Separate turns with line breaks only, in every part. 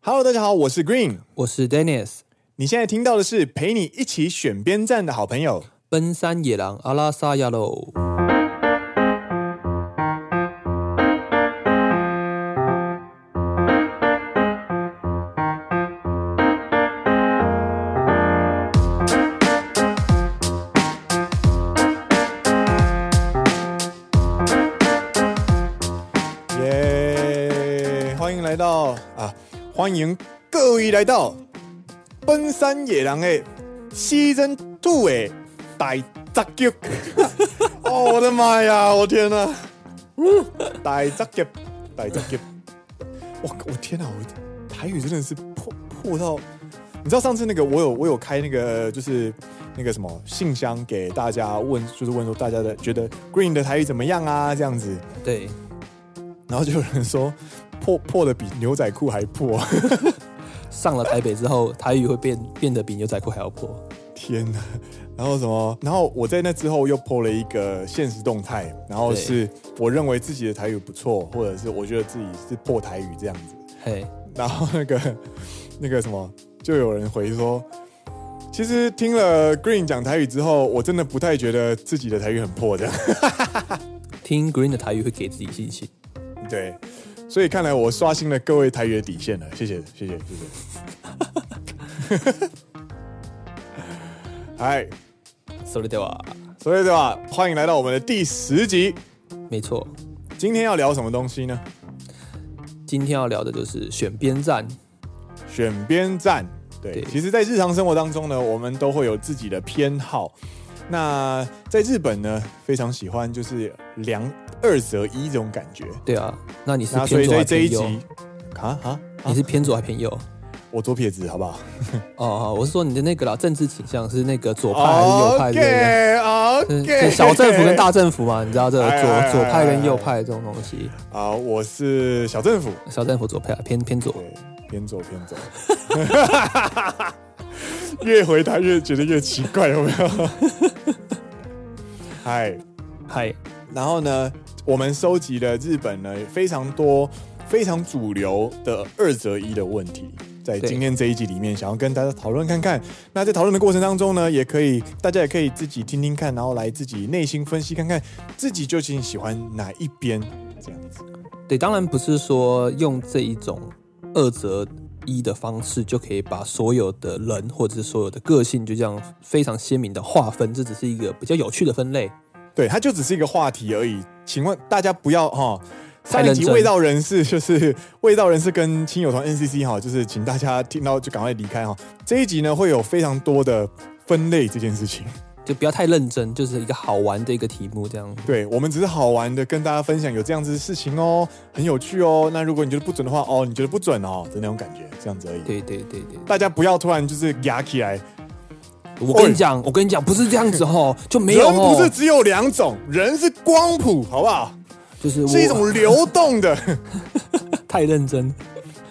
Hello，大家好，我是 Green。
我是 Dennis，
你现在听到的是陪你一起选边站的好朋友。
奔山野狼阿拉萨亚喽。
耶、欢迎来到啊，欢迎各位来到奔山野狼的 Season Two 的大杂剧。哦，我的妈呀，我天哪！呜大杂剧，大杂剧。我我天哪，啊我台语真的是破破到，你知道上次那个我有我有开那个就是那个什么信箱给大家问，就是问说大家的觉得 Green 的台语怎么样啊这样子。
对，
然后就有人说破破的比牛仔裤还破，
上了台北之后，台语会变变得比牛仔裤还要破。
天哪！然后什么？然后我在那之后又破了一个现实动态，然后
对
是我认为自己的台语不错，或者是我觉得自己是破台语这样子。
嘿，
然后那个那个什么，就有人回说，其实听了 Green 讲台语之后，我真的不太觉得自己的台语很破的。
听 Green 的台语会给自己信心。
对，所以看来我刷新了各位台语的底线了，谢谢，谢谢，谢谢。 嗨，
それでは，
所以对吧？欢迎来到我们的第十集。
没错，
今天要聊什么东西呢？
今天要聊的就是选边站。
选边站。对，
对
其实，在日常生活当中呢，我们都会有自己的偏好。那在日本呢，非常喜欢就是两二择一这种感觉。
对啊，那你是
那所
偏
以
左
在
还
这一
偏右？
集，啊啊，
你是偏左还偏右？
我左撇子好不好？
哦，哦我是说你的那个啦，政治倾向是那个左派还是右派之类的？
哦 OK，OK，
嗯对，小政府 跟大政府嘛，你知道这个
哎哎哎
左左派
哎
跟
哎
右派这种东西，
啊，我是小政府，
小政府左派啊偏偏左
对，，偏左偏左， 越回答越觉得越奇怪，有没有？ 嗨，
嗨，
然后呢，我们收集了日本呢非常多非常主流的二择一的问题。在
对
今天这一集里面，想要跟大家讨论看看。那在讨论的过程当中呢，也可以大家也可以自己听听看，然后来自己内心分析看看自己究竟喜欢哪一边，这样子。
对，当然不是说用这一种二择一的方式就可以把所有的人或者是所有的个性就这样非常鲜明的划分，这只是一个比较有趣的分类。
对，它就只是一个话题而已。请问大家不要哈。
太
上一
认
集
真
味道人士就是味道人士跟亲友团 NCC 哈，就是请大家听到就赶快离开哈。这一集呢会有非常多的分类这件事情，
就不要太认真，就是一个好玩的一个题目这样。
对我们只是好玩的跟大家分享有这样子的事情哦，很有趣哦。那如果你觉得不准的话哦，你觉得不准哦的那种感觉，这样子而已。
对对对对，
大家不要突然就是压起来，
我跟你讲，我跟你讲，不是这样子哦，就没
哎
有
人不
哦
是，只有两种，人是光谱，好不好？
就是我
是一种流动的。
太认真。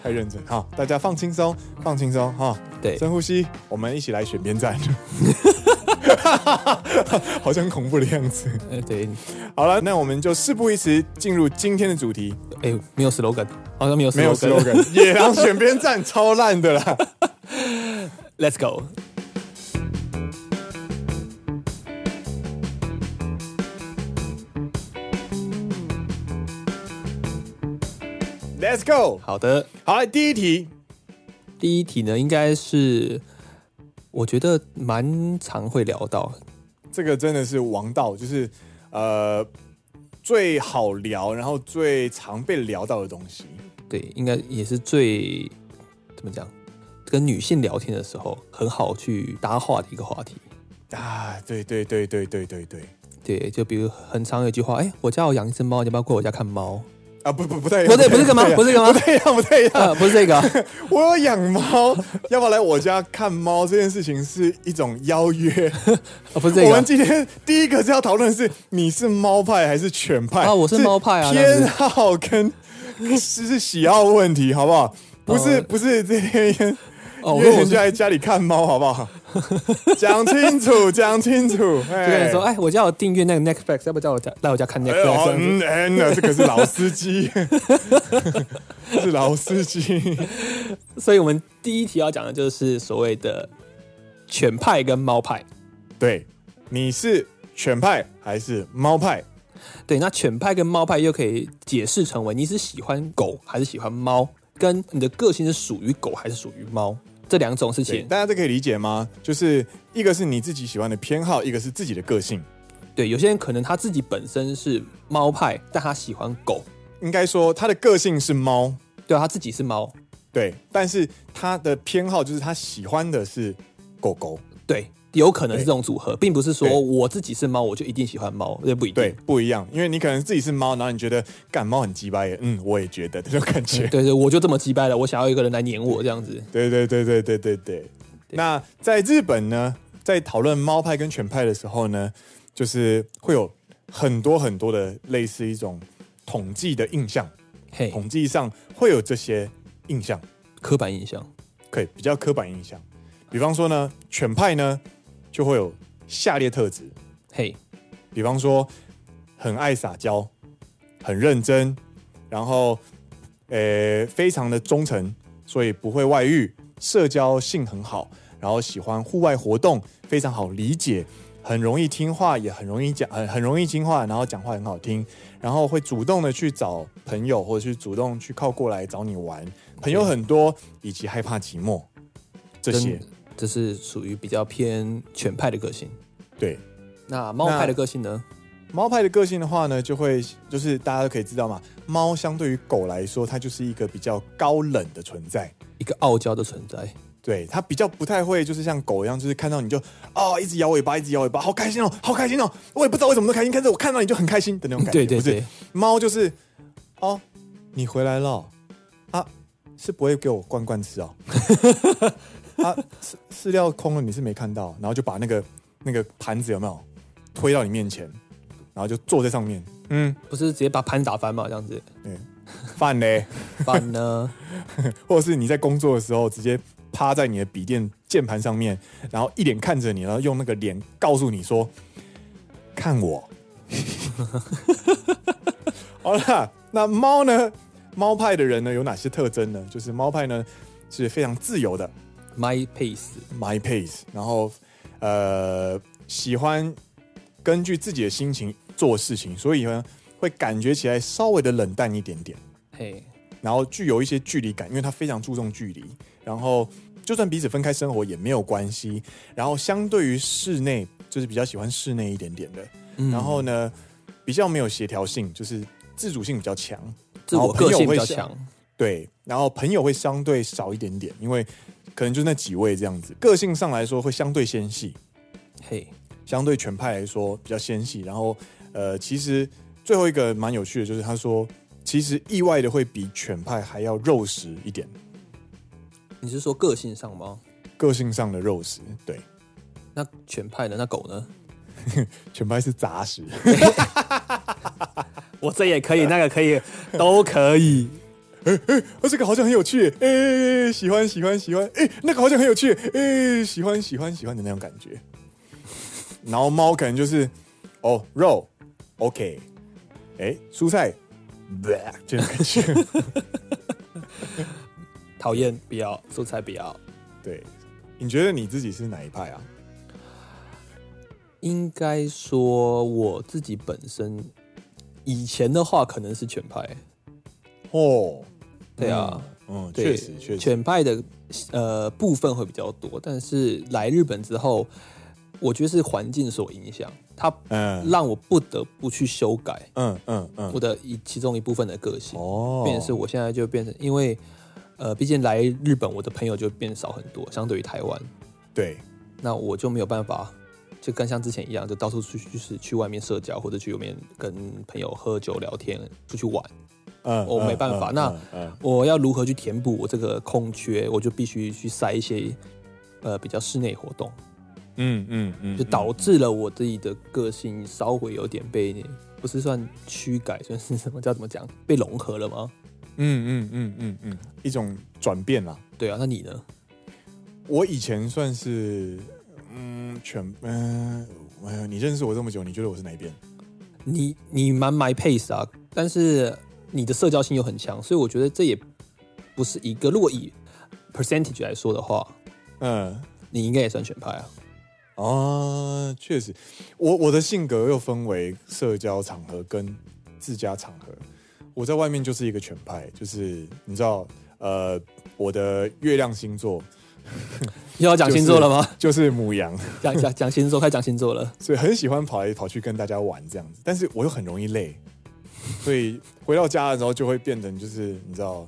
太认真，好，大家放轻松，放轻松哈，
对
深呼吸，我们一起来选边站， 好像恐怖的样子。
呃，对，
好了，那我们就事不宜迟，进入今天的主题。
哎，没有 slogan，好像没有 slogan。
没有 slogan，野狼选边站超烂的啦。
Let's go。
Let's go，
好的，
好来第一题，
第一题呢，应该是我觉得蛮常会聊到，
这个真的是王道，就是呃最好聊，然后最常被聊到的东西。
对，应该也是最怎么讲，跟女性聊天的时候很好去搭话的一个话题。
啊，对对对对对对对，
对，就比如很常有一句话，哎，我家有养一只猫，你要不要过我家看猫？
啊不不不太一样
不对，不是干嘛？不是干
不
嘛？
太一样不太一样，
呃，不是这个啊，
我要养猫，要不要来我家看猫？这件事情是一种邀约。
呃不是这
我
个
们
啊。
今天第一个是要讨论的是你是猫派还是犬派
啊我是猫派啊这样子
偏好跟是是喜好问题，好不好？不是、
哦
不是这天
哦，我
约
跟我
人
是
家来家里看猫，好不好？讲清楚，讲清楚。
就跟你说，
哎
哎，我家有订阅那个 Netflix，要不要叫我家来我家看
哎呦
Netflix？这样子
嗯，哎 那这个是老司机，是老司机。
所以我们第一题要讲的就是所谓的犬派跟猫派。
对，你是犬派还是猫派？
对，那犬派跟猫派又可以解释成为你是喜欢狗还是喜欢猫，跟你的个性是属于狗还是属于猫这两种事
对，
情。
大家这可以理解吗？就是一个是你自己喜欢的偏好，一个是自己的个性。
对，有些人可能他自己本身是猫派，但他喜欢狗，
应该说他的个性是猫，
对、啊，他自己是猫，
对，但是他的偏好就是他喜欢的是狗狗，
对，有可能是
对
这种组合，并不是说
对
我自己是猫我就一定喜欢猫，这不一定。
对，不一样。因为你可能自己是猫，然后你觉得干猫很鸡巴耶，嗯，我也觉得这种感觉。
对对，我就这么击败了，我想要一个人来黏我这样子。
对对对对对对对。那在日本呢，在讨论猫派跟犬派的时候呢，就是会有很多很多的类似一种统计的印象，
嘿，
统计上会有这些印象，
刻板印象，
可以比较刻板印象。比方说呢，犬派呢就会有下列特质，
嘿，
比方说很爱撒娇，很认真，然后呃非常的忠诚，所以不会外遇，社交性很好，然后喜欢户外活动，非常好理解。很容易听话，也很容易讲，很很容易听话，然后讲话很好听，然后会主动的去找朋友，或者是主动去靠过来找你玩，朋友很多，以及害怕寂寞，这些
真这是属于比较偏犬派的个性。
对。
那猫
那
派的个性呢？
猫派的个性的话呢，就会就是大家都可以知道嘛，猫相对于狗来说，它就是一个比较高冷的存在。
一个傲娇的存在，
对，它比较不太会，就是像狗一样，就是看到你就哦，一直摇尾巴，一直摇尾巴，好开心哦，好开心哦，我也不知道为什么都开心，但是我看到你就很开心的那种 感觉。
嗯对对
不
对
是，猫就是哦，你回来了啊，是不会给我罐罐吃哦， 啊，饲饲料空了，你是没看到，然后就把那个那个盘子有没有推到你面前，然后就坐在上面，嗯。
不是直接把盘打翻嘛？这样子，
饭嘞，
饭呢？
或者是你在工作的时候直接趴在你的笔电键盘上面，然后一脸看着你，然后用那个脸告诉你说：“看我。”好啦，那猫呢？猫派的人呢有哪些特征呢？就是猫派呢是非常自由的
My pace，
，my pace，然后呃喜欢根据自己的心情做事情，所以呢会感觉起来稍微的冷淡一点点。
嘿，
然后具有一些距离感，因为他非常注重距离。然后就算彼此分开生活也没有关系。然后相对于室内，就是比较喜欢室内一点点的。
嗯
然后呢，比较没有协调性，就是自主性比较强。
自我
然后朋
个
友
性比较
会
强，
对，然后朋友会相对少一点点，因为可能就那几位这样子。个性上来说会相对纤细，
嘿，
相对全派来说比较纤细。然后呃，其实最后一个蛮有趣的，就是他说。其实意外的会比犬派还要肉食一点，
你是说个性上吗？
个性上的肉食，对，
那犬派的那狗呢？
全派是杂食，
我这也可以，那个可以，都可以。
哦，这个好像很有趣耶，哎、喜欢喜欢喜欢，哎、那个好像很有趣耶，哎、喜欢喜欢喜欢的那种感觉。然后猫可能就是，哦，肉，OK，哎、蔬菜，这种感觉，
讨厌，不要蔬菜，不要。
对。你觉得你自己是哪一派啊？
应该说我自己本身以前的话可能是犬派，
哦，
对啊，
嗯，
对
确实确实，
犬派的呃部分会比较多，但是来日本之后，我觉得是环境所影响，它
嗯
让我不得不去修改
嗯嗯嗯，
我的一其中一部分的个性，
哦，
变成是我现在就变成因为呃，毕竟来日本我的朋友就变少很多，相对于台湾，
对，
那我就没有办法。就跟像之前一样，就到处去就是去外面社交，或者去外面跟朋友喝酒聊天，出去玩。
嗯，
我没办法
嗯
那
嗯嗯
我要如何去填补我这个空缺，我就必须去塞一些呃比较室内活动，
嗯嗯嗯，
就
嗯
导致了我自己的个性稍微有点被不是算驱改，算是什么叫怎么讲被融合了吗？
嗯嗯嗯嗯嗯，一种转变啦。
对啊，那你呢？
我以前算是嗯犬嗯、呃，你认识我这么久，你觉得我是哪一边？
你你蛮 my pace 啊，但是你的社交性又很强，所以我觉得这也不是一个如果以 percentage 来说的话，
嗯，
你应该也算选派啊。
啊，确实，我我的性格又分为社交场合跟自家场合。我在外面就是一个犬派，就是你知道，呃，我的月亮星座
又要讲星座了吗？
就是母羊，
讲讲讲星座，开始讲星座了。
所以很喜欢跑来跑去跟大家玩这样子，但是我又很容易累，所以回到家的时候就会变成就是你知道，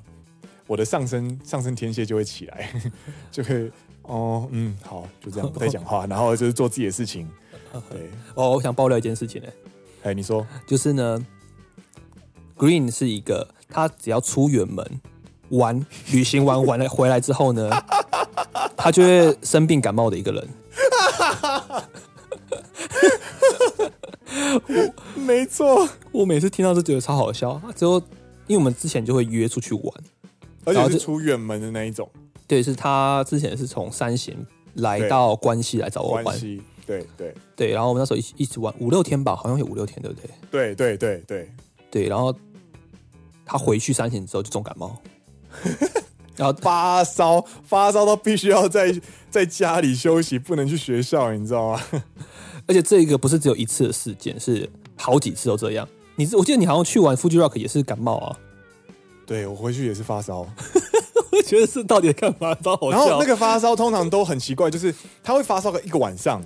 我的上升上升天蝎就会起来， 就会哦嗯好就这样不太讲话，然后就是做自己的事情，对，
哦，我想爆料一件事情呢、
哎你说
就是呢，Green 是一个他只要出远门玩、旅行完玩了 回来之后呢，他就会生病感冒的一个人。
没错，
我每次听到都觉得超好笑。之后，因为我们之前就会约出去玩，
而
然后
且是
这
出远门的那一种
对，是他之前是从三贤来
对
到关西来找我
关
玩，
系，对对
对，然后我们那时候一起一起玩五六天吧，好像有五六天，对不对？
对对对对，
对，然后他回去三险之后就重感 冒，然后
发烧发烧到必须要在在家里休息，不能去学校，你知道吗？
而且这一个不是只有一次的事件，是好几次都这样。你是我记得你好像去玩 Fuji Rock 也是感冒啊，
对我回去也是发烧。
我觉得是到底在干嘛？超好
然后那
个
个发烧通常都很奇怪，就是他会发烧个一个晚上，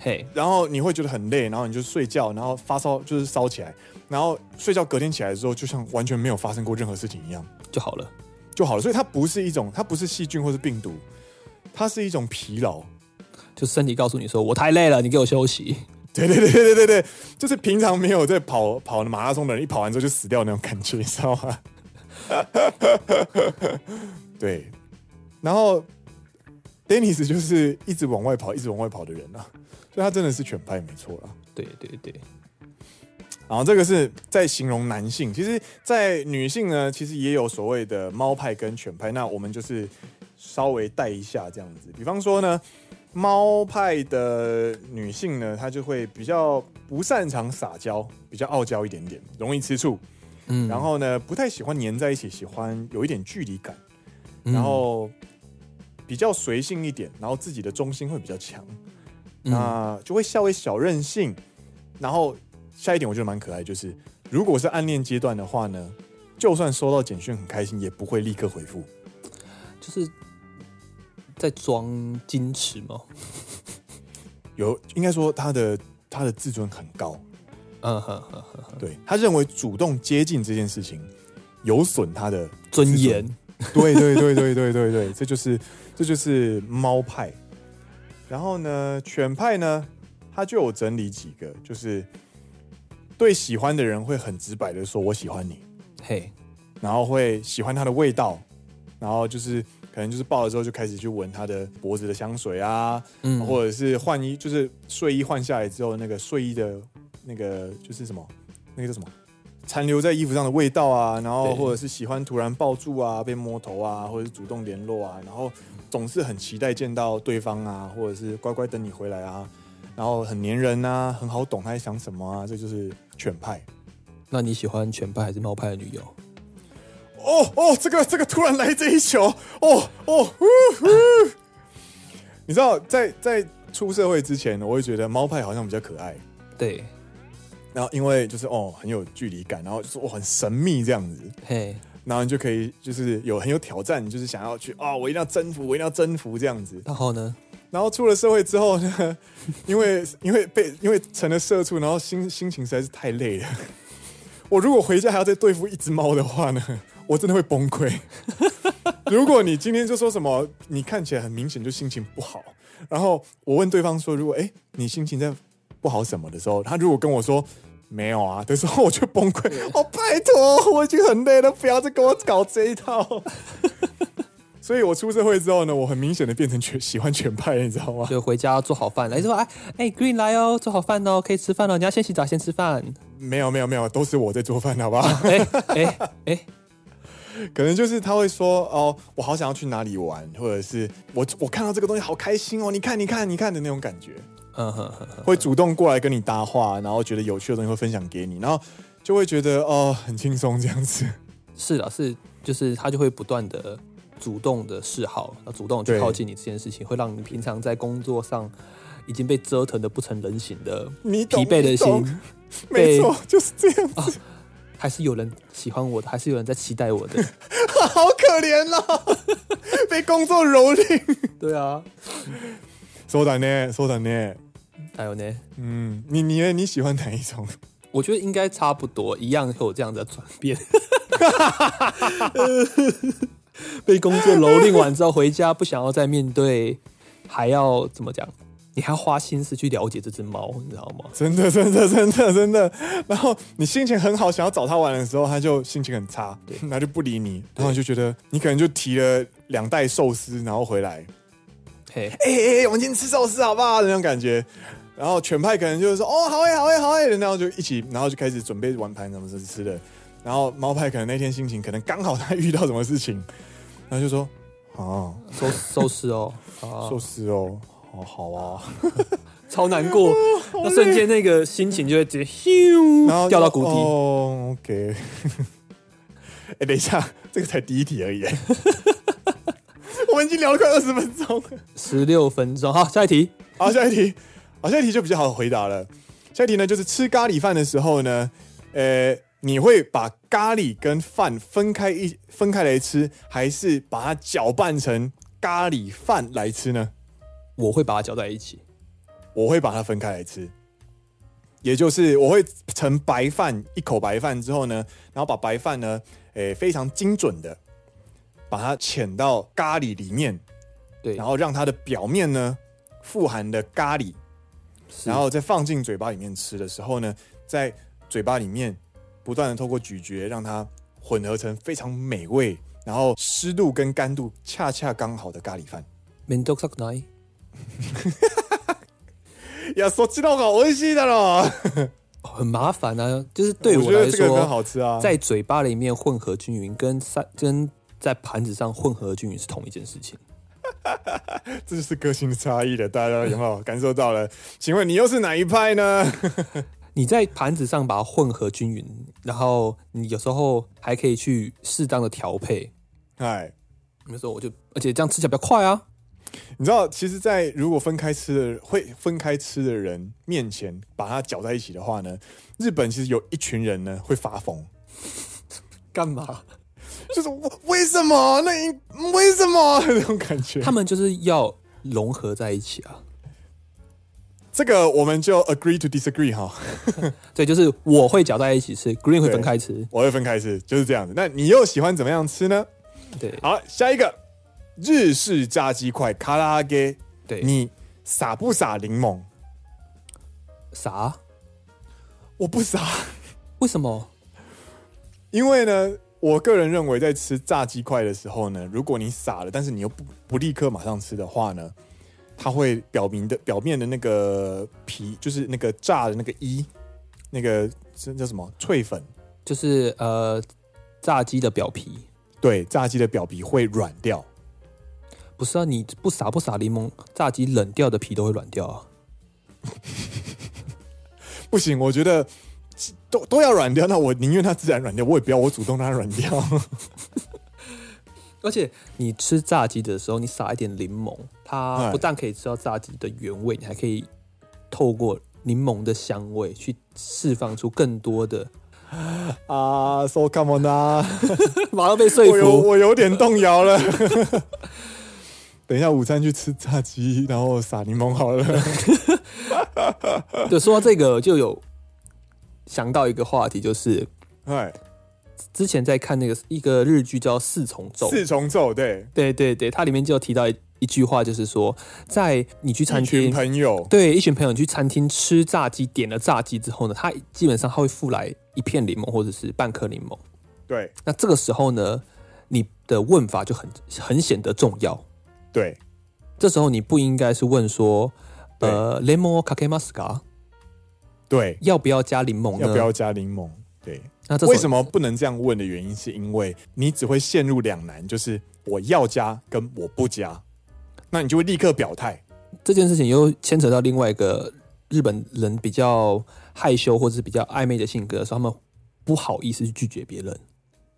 嘿，
然后你会觉得很累，然后你就睡觉，然后发烧就是烧起来，然后睡觉隔天起来之后，就像完全没有发生过任何事情一样
就好了。
就好了。所以它不是一种，它不是细菌或是病毒，它是一种疲劳。
就身体告诉你说我太累了，你给我休息。
对对对对对对，就是平常没有在跑跑马拉松的人，一跑完之后就死掉那种感觉，你知道吗？ 对，然后 Dennis 就是一直往外跑，一直往外跑的人啊，所以他真的是犬派没错啊啦。
对对对，
然后这个是在形容男性，其实，在女性呢，其实也有所谓的猫派跟犬派。那我们就是稍微带一下这样子。比方说呢，猫派的女性呢，她就会比较不擅长撒娇，比较傲娇一点点，容易吃醋。
嗯
然后呢，不太喜欢黏在一起，喜欢有一点距离感，
嗯
然后比较随性一点，然后自己的中心会比较强。
嗯
那就会稍微小任性。然后下一点我觉得蛮可爱，就是如果是暗恋阶段的话呢，就算收到简讯很开心，也不会立刻回复。
就是在装矜持嘛，
有应该说他的他的自尊很高，
嗯哼哼哼，
对他认为主动接近这件事情有损他的
尊严。
对对对对对对对，这就是这就是猫派。然后呢，犬派呢，它就有整理几个，就是对喜欢的人会很直白的说“我喜欢你”，
嘿，
然后会喜欢它的味道，然后就是可能就是抱了之后就开始去闻它的脖子的香水啊，
嗯，
或者是换衣，就是睡衣换下来之后那个睡衣的那个就是什么，那个叫什么？残留在衣服上的味道啊，然后
对
或者是喜欢突然抱住啊，被摸头啊，或者是主动联络啊，然后总是很期待见到对方啊，或者是乖乖等你回来啊，然后很粘人啊，很好懂他在想什么啊，这就是犬派。
那你喜欢犬派还是猫派的女友？
哦哦，这个这个突然来这一球，哦哦，呼呼 你知道，在在出社会之前，我会觉得猫派好像比较可爱，
对，
然后因为就是哦很有距离感，然后就是哦很神秘这样子，
嘿，
然后你就可以就是有很有挑战，就是想要去啊、我一定要征服，我一定要征服这样子。
然后呢？
然后出了社会之后呢， 因为因为被因为成了社畜，然后心心情实在是太累了。 我如果回家还要再对付一只猫的话呢， 我真的会崩溃。 如果你今天就说什么，你看起来很明显就心情不好，然后我问对方说，如果哎你心情在不好什么的时候，他如果跟我说没有啊的时候，我就崩溃。哦，拜托，我已经很累了，不要再跟我搞这一套。 所以我出社会之后呢，我很明显的变成全喜欢全派，你知道吗？
就回家做好饭，来说哎哎，Green 来哦，做好饭哦，可以吃饭哦，你要先洗澡，先吃饭。
没有没有没有，都是我在做饭，好不好？
哎哎哎，
可能就是他会说哦，我好想要去哪里玩，或者是我我看到这个东西好开心哦，你看你看你看的那种感觉，
嗯哼哼哼，
会主动过来跟你搭话，然后觉得有趣的东西会分享给你，然后就会觉得哦很轻松这样子。
是啦，是就是他就会不断的主动的示好，那主动地去
对
靠近你这件事情，会让你平常在工作上已经被折腾的不成人形的
你懂
疲惫的
你懂
心，
没错，就是这样子，
还是有人喜欢我的，还是有人在期待我的。
啊 好可怜 啦，被工作蹂 躏。
对啊，
そうだね、そうだね。
还有呢，
嗯，你你你喜欢哪一种？
我觉得应该差不多，一样会有这样的转变。 被工作蹂躏完之后，回家不想要再面对，还要怎么讲？你还要花心思去了解这只猫，你知道吗？
真的，真的，真的，真的。然后你心情很好，想要找他玩的时候，他就心情很差，
对
然后就不理你，然后你就觉得你可能就提了两袋寿司，然后回来，
嘿，
哎、哎、哎我们今天吃寿司好不好？那种感觉。然后犬派可能就是说，哦，好诶、好诶、好诶、然后就一起，然后就开始准备碗盘什么吃吃的。然后猫派可能那天心情可能刚好他遇到什么事情，然后就说，哦，
收收拾哦，啊，
寿司哦，好好啊。
超难过，那瞬间那个心情就会直接咻
然后
掉到谷底。
哦，OK。哎、等一下，这个才第一题而已。 我们已经聊了快二十分钟 了。
十六分钟，好，下一题。
好，下一题，好，下一题就比较好回答了。下一题呢，就是吃咖喱饭的时候呢，呃，你会把咖喱跟饭分开一分开来吃，还是把它搅拌成咖喱饭来吃呢？
我会把它搅在一起。
我会把它分开来吃，也就是我会盛白饭一口白饭之后呢，然后把白饭呢，诶、非常精准的把它潜到咖喱里面，
对，
然后让它的表面呢富含的咖喱，
是
然后再放进嘴巴里面吃的时候呢，在嘴巴里面不断的透过咀嚼让它混合成非常美味，然后湿度跟干度恰恰刚好的咖喱饭。
面倒くさくない
いや、そっちの方が美味しいだろ。
哦很麻烦啊，就是对
我觉
来
得这个更
说，
好吃啊。
在嘴巴里面混合均匀，跟在跟在盘子上混合均匀是同一件事情。
这就是个性的差异了，大家有没有感受到了？ 请问你又是哪一派呢？
你在盘子上把它混合均匀，然后你有时候还可以去适当的调配。
哎，
有时候我就，而且这样吃起来比较快啊。
你知道，其实，在如果分开吃的会分开吃的人面前，把它搅在一起的话呢，日本其实有一群人呢会发疯，
干嘛？
就是我为什么？那你为什么 那种感 觉
他？们就是要融合在一起啊。
这个我们就 agree to disagree 哈，
对，就是我会搅在一起吃，Green 会分开吃。
我会分开吃，就是这样子。那你又喜欢怎么样吃呢？
对
好，下一个日式炸鸡块卡拉给，
对，
你撒不撒柠檬？
啥？
我不撒。
为什么？
因为呢，我个人认为在吃炸鸡块的时候呢，如果你撒了，但是你又不不立刻马上吃的话呢，它会表明的表面的那个皮，就是那个炸的那个衣，那个这叫什么脆粉，
就是呃，炸鸡的表皮。
对，炸鸡的表皮会软掉。
不是啊，你不撒不撒柠檬，炸鸡冷掉的皮都会软掉啊。
不行，我觉得都都要软掉，那我宁愿它自然软掉，我也不要我主动让它软掉。
而且你吃炸鸡的时候，你撒一点柠檬，它
哎
不但可以吃到炸鸡的原味，你还可以透过柠檬的香味去释放出更多的。
啊，so come on 啊！
马上被说
我有
服，
我有点动摇了。 等一下午餐去吃炸鸡，然后撒柠檬好了。
对，说到这个就有想到一个话题，就是
哎，
之前在看那个一个日剧叫《四重奏》，
四重奏，对，
对对对，它里面就有提到一一句话，就是说，在你去餐
一群
厅，
朋友，
对一群朋友去餐厅吃炸鸡，点了炸鸡之后呢，他基本上他会附来一片柠檬或者是半颗柠檬。
对
那这个时候呢，你的问法就很很显得重要。
对，
这时候你不应该是问说，呃，lemon k a k e m a s a
对，
要不要加柠檬呢？
要不要加柠檬？对，
那啊这
为什么
么
不能这样问的原因，是因为你只会陷入两难，就是我要加跟我不加，那你就会立刻表态。
这件事情又牵扯到另外一个日本人比较害羞或者是比较暧昧的性格的时候，他们不好意思去拒绝别人。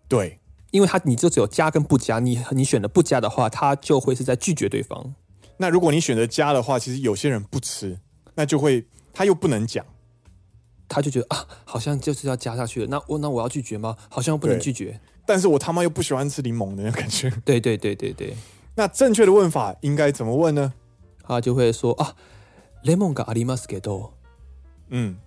对，
因为它你就只有加跟不加，你你选了不加的话，它就会是在拒绝对方。
那如果你选择加的话，其实有些人不吃，那就会他又不能讲，
他就觉得啊，好像就是要加下去了。那我那我要拒绝吗？好像又不能
对
拒绝。
但是我他妈又不喜欢吃柠檬的那种感觉。
对对对对对，
那正确的问法应该怎么问呢？
他就会说啊，lemon がありますけど
嗯，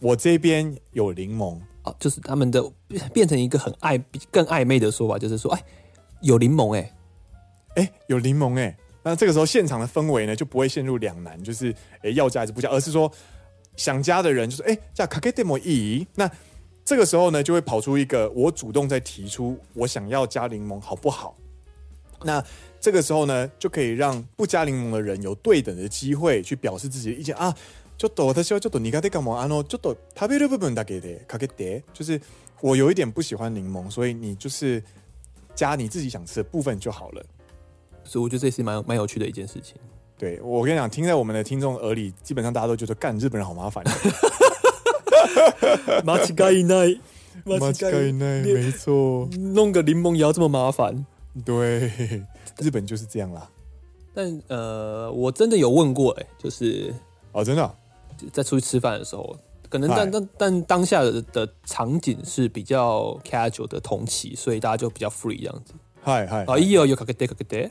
我这边有柠檬，
啊，就是他们的变成一个很暧更暧昧的说法，就是说，哎，有柠檬哎、
哎、有柠檬哎、那这个时候现场的氛围呢，就不会陷入两难，就是哎、诶要加还是不加，而是说想加的人就是哎加卡 a 蒂莫伊。那这个时候呢，就会跑出一个我主动在提出我想要加柠檬好不好？那这个时候呢，就可以让不加柠檬的人有对等的机会去表示自己的意见啊。ちょっと私はちょっと苦手かも。あのちょっと食べる部分だけでかけて，就是我有一点不喜欢柠檬，所以你就是加你自己想吃的部分就好了。
所以我觉得这也是蛮有蛮有趣的一件事情。
对我跟你讲，听在我们的听众耳里，基本上大家都觉得干日本人好麻烦。
马奇盖奈，
ね没错，
弄个柠檬也要这么麻烦？
对，日本就是这样啦。
但呃，我真的有问过、哎，就是
哦，真的啊、
在出去吃饭的时候，可能
嗨
但但但当下的的场景是比较 casual 的同期，所以大家就比较 free 这样子。
嗨哎嗨，
啊，
嗨
一有有卡个得卡个得，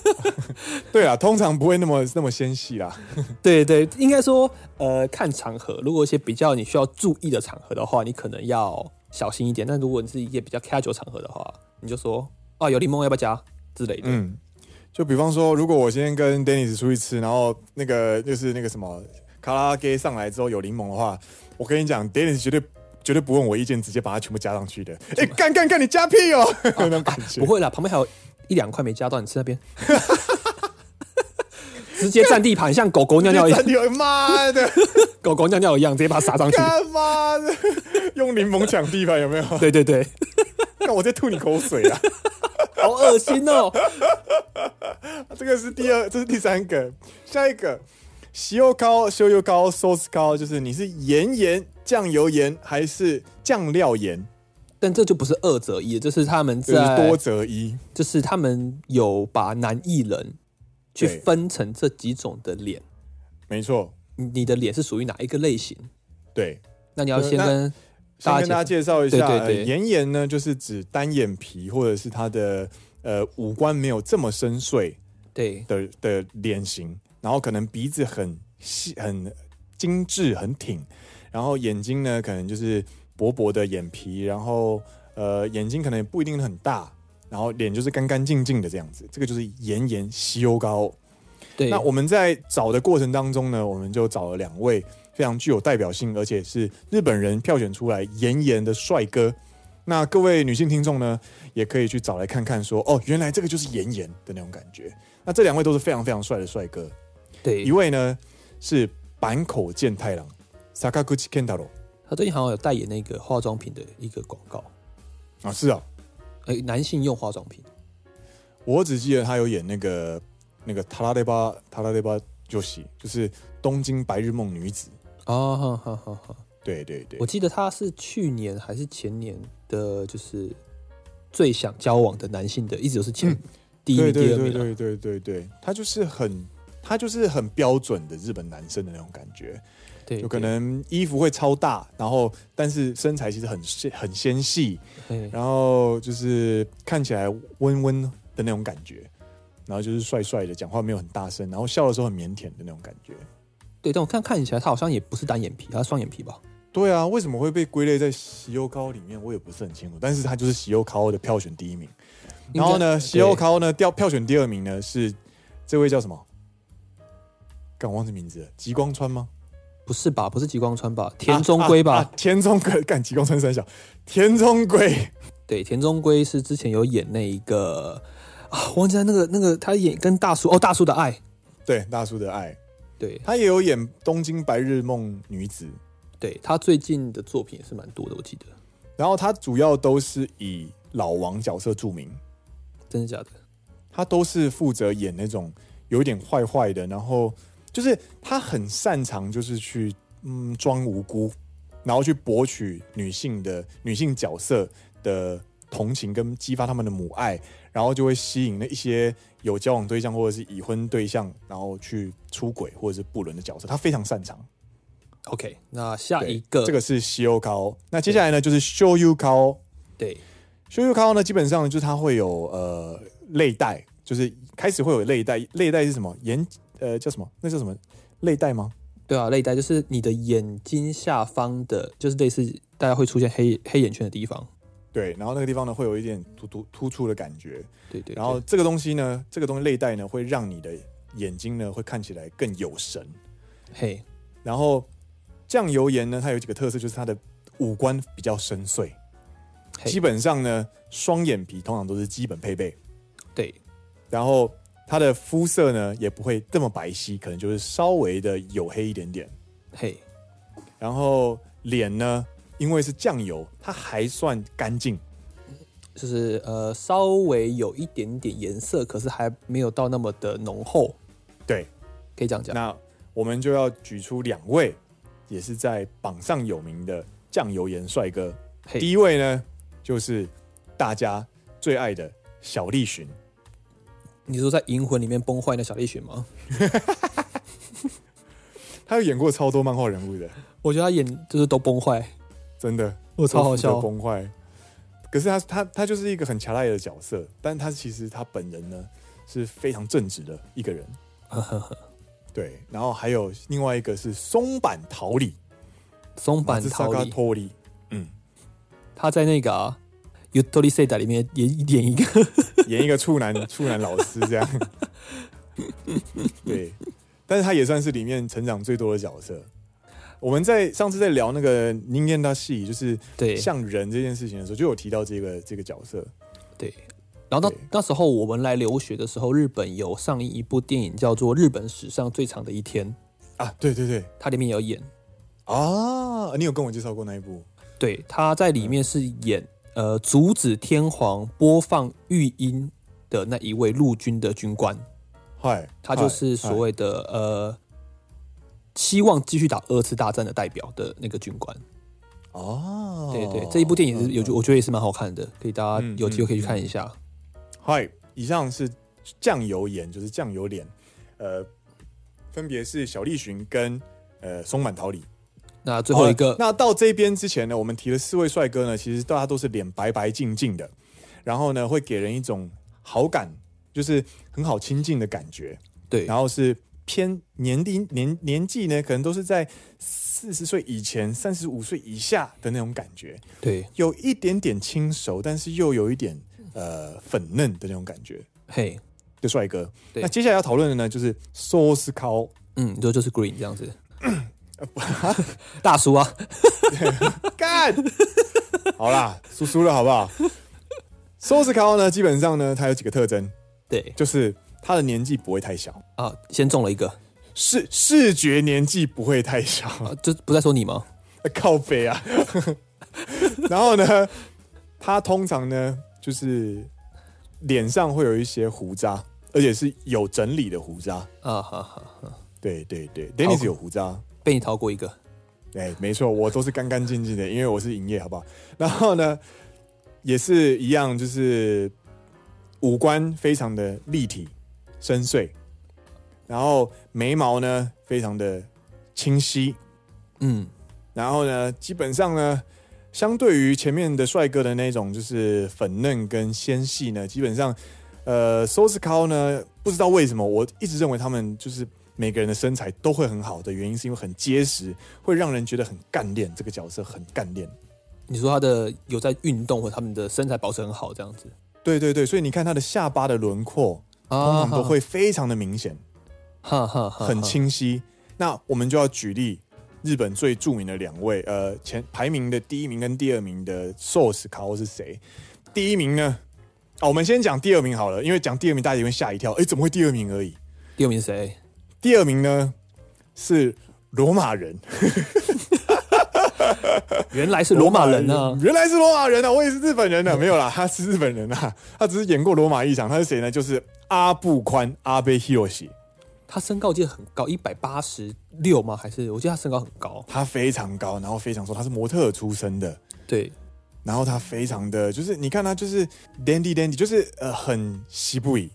对啊，通常不会那么那么纤细啦。
对对，应该说呃看场合，如果一些比较你需要注意的场合的话，你可能要小心一点。但如果你是一些比较 casual 场合的话，你就说啊有柠檬要不要加之类的。
嗯，就比方说，如果我今天跟 Dennis 出去吃，然后那个就是那个什么卡拉 OK 上来之后有柠檬的话，我跟你讲，Dennis 绝对绝对不问我意见，直接把它全部加上去的。哎、干干干，你加屁哦， 那种感觉。
不会啦，旁边还有一两块没加到，你吃那边， 直接占地盘，像狗狗尿尿一样，
你妈的！
狗狗尿尿一样，直接把它 撒上去。
干嘛的？ 用柠檬抢地盘有没有？
对对对，
看我在吐你口水啊！
好恶心哦！
这个是第二，这是第三个，下一个，西柚膏、修油膏、sauce 膏，就是你是盐盐、酱油盐还是酱料盐？
但这就不是二择一，这是他们
就是
在，
多择一。
就是他们有把男艺人去
对
分成这几种的脸，
没错，
你你的脸是属于哪一个类型？
对。
那你要
对
先
那
跟
先
大家
跟大家介绍一下，
对对
呃
对
盐盐呢，就是指单眼皮或者是他的呃五官没有这么深邃，
对
的的脸型，然后可能鼻子很细、很精致、很挺，然后眼睛呢可能就是薄薄的眼皮，然后呃眼睛可能也不一定很大，然后脸就是干干净净的这样子，这个就是盐盐西欧高。
对
那我们在找的过程当中呢，我们就找了两位非常具有代表性，而且是日本人票选出来妍妍的帅哥。那各位女性听众呢，也可以去找来看看说，哦，原来这个就是妍妍的那种感觉。那这两位都是非常非常帅的帅哥，一
对，
位呢是坂口健太郎 （Sakaguchi Kentaro）
他最近好像有代言那个化妆品的一个广告，
啊，是啊，
哎，男性用化妆品。
我只记得他有演那个那个塔拉雷巴塔拉雷巴就喜，就是东京白日梦女子。
哦，好好好好，
对对对
我，记得他是去年还是前年的，就是最想交往的男性的，一直都是前、第一
嗯对
名、第
对
二
对
名啊。
对对对对，他就是很他就是很标准的日本男生的那种感觉，
对，
就可能衣服会超大，然后但是身材其实很纤很纤细，
对
然后就是看起来温温的那种感觉。然后就是帅帅的，讲话没有很大声，然后笑的时候很腼腆的那种感觉。
对，但我看看起来他好像也不是单眼皮，他是双眼皮吧？
对啊，为什么会被归类在喜优高里面，我也不是很清楚。但是他就是喜优高的票选第一名。然后
应
呢，
该
西欧，考呢掉票选第二名呢是这位叫什么？刚忘记名字了，极光川吗？
对不是吧？不是极光川吧？田中圭吧？
啊啊田中圭， 干极光川三小，田中圭，
对，田中圭是之前有演那一个啊，忘记他那个那个他演跟大叔哦，大叔的爱，
对大叔的爱，
对
他也有演《东京白日梦女子》，
对，他最近的作品也是蛮多的，我记得，
然后他主要都是以老王角色著名，
真的假的？
他都是负责演那种有一点坏坏的，然后就是他很擅长就是去嗯装无辜，然后去博取女性的女性角色的同情跟激发他们的母爱，然后就会吸引那一些有交往对象或者是已婚对象，然后去出轨或者是不伦的角色，他非常擅长。
OK，那下
对
一个，
这个是西欧高，那接下来呢就是修 U 高，
对
修 U 高呢基本上就是它会有呃泪带，就是开始会有泪带，泪带是什么？眼呃叫什么？那叫什么？泪带吗？
对啊，泪带就是你的眼睛下方的，就是类似大家会出现黑黑眼圈的地方。
对，然后那个地方呢会有一点突突突出的感觉，
对对对
然后这个东西呢，这个东西泪带呢会让你的眼睛呢会看起来更有神。
嘿，
然后酱油盐呢，它有几个特色，就是它的五官比较深邃，
嘿
基本上呢双眼皮通常都是基本配备，
对
然后它的肤色呢也不会这么白皙，可能就是稍微的黝黑一点点。
嘿，
然后脸呢，因为是酱油，它还算干净。
就是呃稍微有一点点颜色，可是还没有到那么的浓厚，
对，
可以这样讲。
那我们就要举出两位，也是在榜上有名的酱油盐帅哥。
嘿
第一位呢，就是大家最爱的小栗旬。
你说在《银魂》里面崩坏的小栗旬吗？
他有演过超多漫画人物的，
我觉得他演就是都崩坏，
真的，
我哦超好
都
笑
负责。崩坏。可是他他他就是一个很强赖的角色，但他其实他本人呢是非常正直的一个 人。对，然后还有另外一个是松坂桃李，
松坂桃
马
李
自，托里，嗯，
他在那个啊《Utori s e d a 里面也演一个，
演一个处男 处男老师这样。对，但是他也算是里面成长最多的角色。我们在上次在聊那个宁燕大戏，就是
对
像人这件事情的时候，就有提到这个这个角色。
对。然后到
对
那时候我们来留学的时候，日本有上映一部电影叫做《日本史上最长的一天》，
啊，对对对，
它里面有演，
啊，你有跟我介绍过那一部？
对，他在里面是演呃阻止天皇播放御音的那一位陆军的军官，
嗨，
他就
嗨
是所谓的呃希望继续打二次大战的代表的那个军官。
嗨哦，
对对，这一部电影也是有，
嗯嗯
我觉得也是蛮好看的，可以大家
嗯
有机会可以
嗯
去看一下。
嗨，以上是酱油盐，就是酱油脸，呃，分别是小栗旬跟呃松坂桃李。
那最后一
好了
个，
那到这边之前呢，我们提了四位帅哥呢，其实大家都是脸白白净净的，然后呢会给人一种好感，就是很好亲近的感觉。
对
然后是偏年龄年年纪呢，可能都是在四十岁以前、三十五岁以下的那种感觉，
对，
有一点点轻熟，但是又有一点呃粉嫩的那种感觉
嘿，
的帅哥。
对
那接下来要讨论的呢，就是 Source Call。
嗯，你说就是 Green 这 样子，
呃
大叔啊，
干，好啦，输输了好不好？收拾卡奥呢，基本上呢，它有几个特征，
对
就是他的年纪不会太小，
啊，先中了一个，
视视觉年纪不会太小，
啊，就不再说你吗？
靠背啊。 然后呢，他通常呢，就是脸上会有一些胡渣，而且是有整理的胡渣。
啊哈哈，哈
对对对，Dennis 有胡渣。
被你逃过一个，
哎，没错，我都是干干净净的，因为我是营业，好不好？然后呢，也是一样，就是五官非常的立体、深邃，然后眉毛呢非常的清晰，
嗯，
然后呢，基本上呢，相对于前面的帅哥的那种就是粉嫩跟纤细呢，基本上，呃 s o s c o 呢，不知道为什么，我一直认为他们就是每个人的身材都会很好的原因，是因为很结实，会让人觉得很干练。这个角色很干练。
你说他的有在运动，或者他们的身材保持很好，这样子
对对对，所以你看他的下巴的轮廓，通常都会非常的明显，
啊哈哈哈，
很清晰。那我们就要举例日本最著名的两位，呃，前排名的第一名跟第二名的 Source 卡是谁？第一名呢？啊，我们先讲第二名好了，因为讲第二名大家也会吓一跳，诶，怎么会第二名而已？
第二名是谁？
第二名呢是罗马人，
原来是罗马人啊！
原来是罗马人啊，我也是日本人呢、没有啦，他是日本人啊，他只是演过罗马一场，他是谁呢？就是阿布宽阿贝希罗西，
他身高我记得很高，一百八十六吗？还是我记得他身高很高。
他非常高，然后非常瘦，他是模特儿出身的，
对，
然后他非常的就是你看他就是 dandy dandy，就是呃很西不语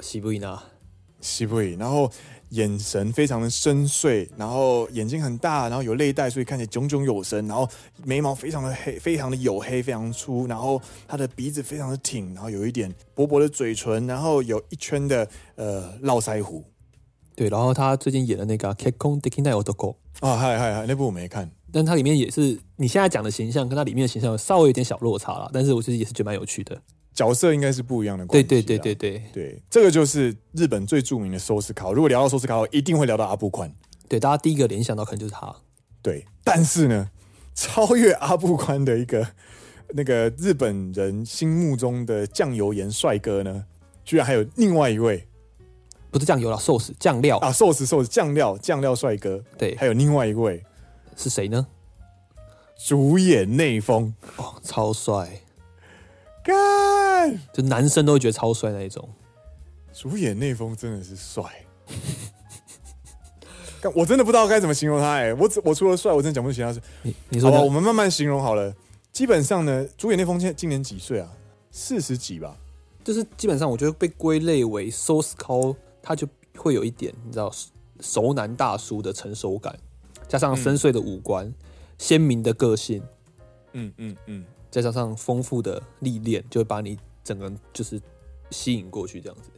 喜不赢啊，
西不语，然后眼神非常的深邃，然后眼睛很大，然后有泪袋，所以看起来炯炯有神，然后眉毛非常的黑，非常的黝黑，非常粗，然后他的鼻子非常的挺，然后有一点薄薄的嘴唇，然后有一圈的呃络腮胡
对，然后他最近演的那个《Kick On Dicky Night o t o k o
啊，嗨嗨嗨，那部我没看，
但它里面也是你现在讲的形象跟它里面的形象有稍微有点小落差啦，但是我其实也是觉得蛮有趣的。
角色应该是不一样的关
对
系啦。啊
对对对对
对，这个就是日本最著名的寿司烤。如果聊到寿司烤，一定会聊到阿布宽。
对，大家第一个联想到可能就是他，
对，但是呢，超越阿布宽的一个那个日本人心目中的酱油盐帅哥呢，居然还有另外一位
不是酱油啦，寿司酱料、
啊，寿司寿司酱料酱料帅哥，
对
还有另外一位
是谁呢？
主演内丰，
哦，超帅，
干
就男生都会觉得超帅那一种。
主演内丰真的是 帅。干我真的不知道该怎么形容他哎、我只我除了帅，我真的讲不出其他事。
你你说
好吧，
那
我们慢慢形容好了。基本上呢，主演那封现在今年几岁啊？四十几吧。
就是基本上我觉得被归类为 source call，它就会有一点你知道熟男大叔的成熟感，加上深邃的五官、鲜明的个性，
嗯嗯嗯，
再加上丰富的历练，就会把你整个人就是吸引过去这样子。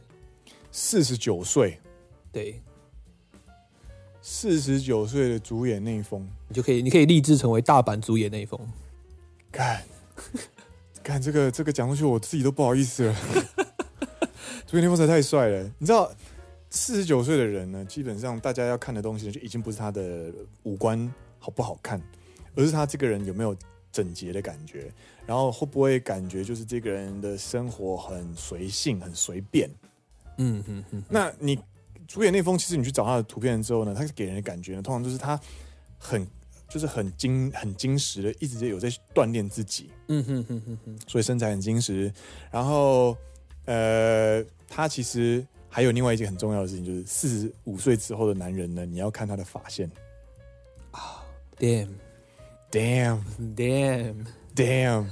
四十九岁，
对
四十九岁的主演内封，
你就可以，你可以立志成为大阪主演那一封。
看，看这个这个讲出去，我自己都不好意思了。 主演内封实在太帅了，你知道。四十九岁的人呢，基本上大家要看的东西就已经不是他的五官好不好看，而是他这个人有没有整洁的感觉，然后会不会感觉就是这个人的生活很随性、很随便，
嗯嗯嗯，
那你主演那封，其实你去找他的图片之后呢，他给人的感觉呢，通常就是他很就是很精很精实的，一直有在锻炼自己，
嗯哼哼哼哼，
所以身材很精实。然后呃，他其实还有另外一件很重要的事情，就是四十五岁之后的男人呢，你要看他的发线。
，damn
Damn
damn，
damn，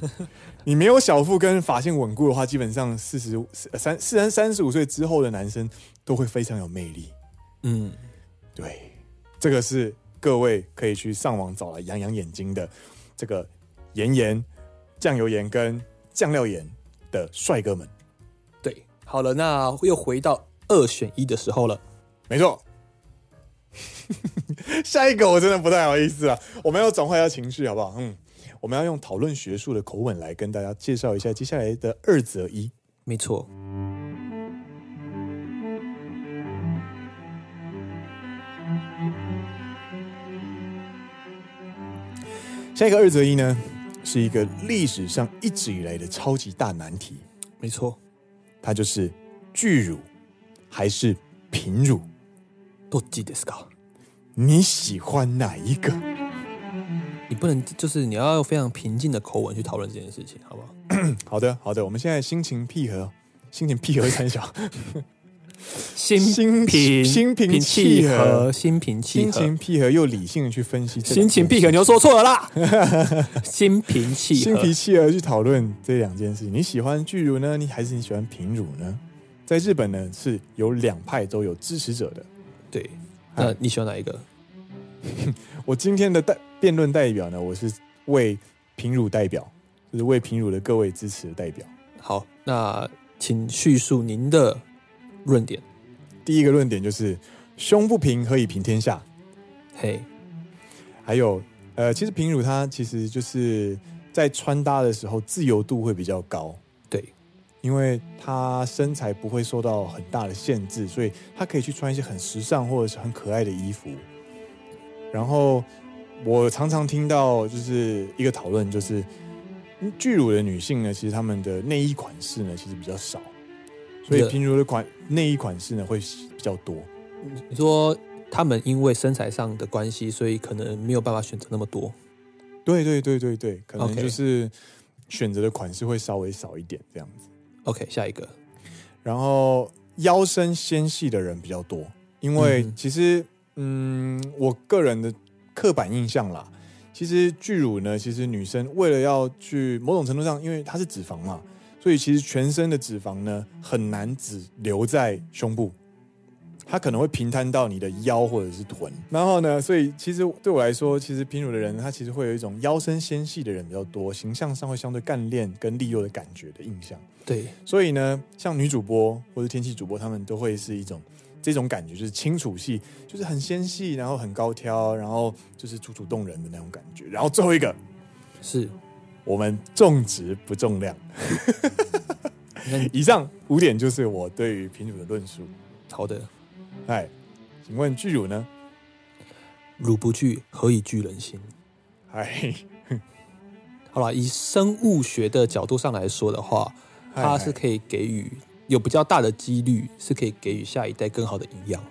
你没有小腹跟发线稳固的话，基本上四十呃三四三三十五岁之后的男生都会非常有魅力。
嗯，
对，这个是各位可以去上网找来养养眼睛的这个盐盐、酱油盐跟酱料盐的帅哥们。
对，好了，那又回到二选一的时候了。
没错。 下一个我真的不太好意思啊，我们要转换一下情绪好不好？嗯，我们要用讨论学术的口吻来跟大家介绍一下接下来的二择一。
没错，
下一个二择一呢，是一个历史上一直以来的超级大难题，
没错，
它就是巨乳还是平乳。
都记得 s c
你喜欢哪一个？
你不能就是你要用非常平静的口吻去讨论这件事情，好不好？
好的，好的，我们现在心情闭合，心情闭合 三小，
心
心
平
心平气
气
和
和，心平气
心
和
情，闭合又理性的去分析这两件事，
心情闭合，你又说错了啦。 心平气
心
和，
平气和去讨论这两件事情。你喜欢巨乳呢，你还是你喜欢平乳呢？在日本呢，是有两派都有支持者的。
对。那你喜欢哪一个？
我今天的代辩论代表呢，我是为平乳代表，就是为平乳的各位支持的代表。
好，那请叙述您的论点。
第一个论点就是胸不平，何以平天下？
嘿，
还有呃，其实平乳它其实就是在穿搭的时候自由度会比较高，
对，
因为它身材不会受到很大的限制，所以它可以去穿一些很时尚或者是很可爱的衣服。然后我常常听到就是一个讨论，就是嗯巨乳的女性呢，其实她们的内衣款式呢其实比较少，所以
对
平乳的款内衣款式呢会比较多。
你说他们因为身材上的关系，所以可能没有办法选择那么多。
对对对对对，可能
OK
就是选择的款式会稍微少一点这样子。
OK，下一个，
然后腰身纤细的人比较多，因为
嗯
其实嗯我个人的刻板印象啦，其实巨乳呢，其实女生为了要去某种程度上，因为它是脂肪嘛，所以其实全身的脂肪呢很难只留在胸部，它可能会平摊到你的腰或者是臀。然后呢，所以其实对我来说，其实平乳的人他其实会有一种腰身纤细的人比较多，形象上会相对干练跟利落的感觉的印象。
对，
所以呢，像女主播或者天气主播，他们都会是一种这种感觉，就是清楚系，就是很纤细，然后很高挑，然后就是楚楚动人的那种感觉。然后最后一个，
是。
我们重质不重量。
你看，
以上五点就是我对于品乳的论述。
好的，
哎，请问巨乳呢？
乳不惧，何以惧人心？
哎，
好了，以生物学的角度上来说的话，
嗨
它
嗨
是可以给予有比较大的几率是可以给予下一代更好的营 养。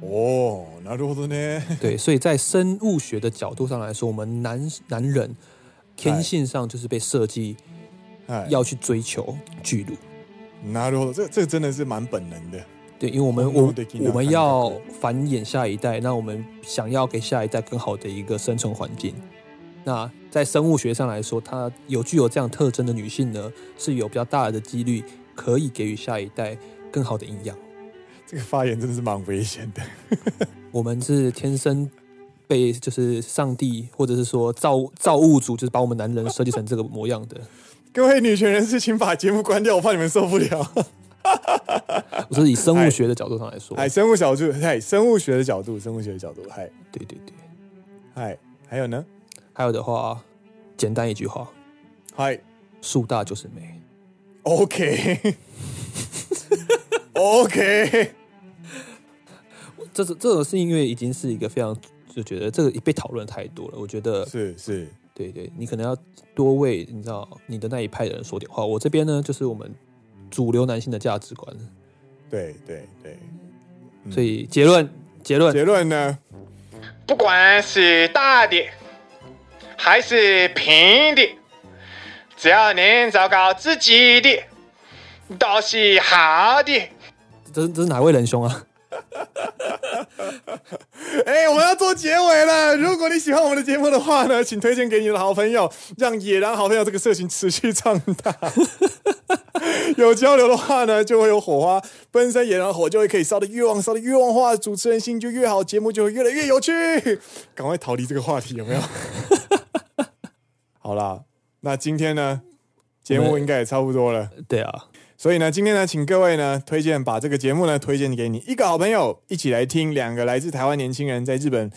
哦，なるほどね。
对，所以在生物学的角度上来说，我们男男人天性上就是被设计
哎，
要去追求巨乳。
なるほど，这这真的是蛮本能的。
对，因为我们
我
我
们得给他
我们
啊看
要
到
繁衍下一代，那我们想要给下一代更好的一个生存环境。那在生物学上来说，它有具有这样特征的女性呢，是有比较大的几率可以给予下一代更好的营养。
这个发言真的是蛮危险的。
我们是天生被就是上帝或者是说造造物主，就是把我们男人设计成这个模样的。
各位女权人士，请把节目关掉，我怕你们受不了。
我 是以生物学的角度上来说，
哎，生物角度，嗨，生物学的角度，生物学的角度，嗨，
对对对。
嗨，还有呢，
还有的话，简单一句话，
嗨
树大就是美。
，OK，OK，
这是这种是因为已经是一个非常就觉得这个被讨论太多了。我觉得
是是，
对对，你可能要多为你知道你的那一派的人说点话。我这边呢，就是我们主流男性的价值观。
对对对，嗯
所以结论结论
结论呢？
不管是大的还是平的，只要能找到自己的，都是好的。
这是这是哪位仁兄啊？
哎、我们要做结尾了。如果你喜欢我们的节目的话呢，请推荐给你的好朋友，让野狼好朋友这个社群持续壮 大。有交流的话呢，就会有火花，奔山野狼火就会可以烧得越旺，烧得越旺化，主持人心就越好，节目就会越来越有趣。赶快逃离这个话题，有 没有？好啦，那今天呢，节
我
目
们
应该也差不多了。
对啊，
所以呢，今天呢，请各位呢推荐把这个节目呢推荐给你一个好朋友，一起来听两个来自台湾年轻人在日本，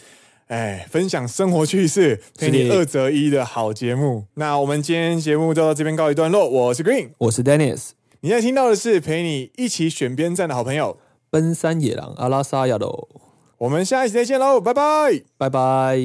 哎，分享生活趣事，陪你
是的
二择一的好节目。那我们今天节目就到这边告一段落，我是 Green，
我是 Dennis，
你现在听到的是陪你一起选边站的好朋友，
奔山野狼阿拉萨亚喽，
我们下一期再见喽，拜拜。
拜拜。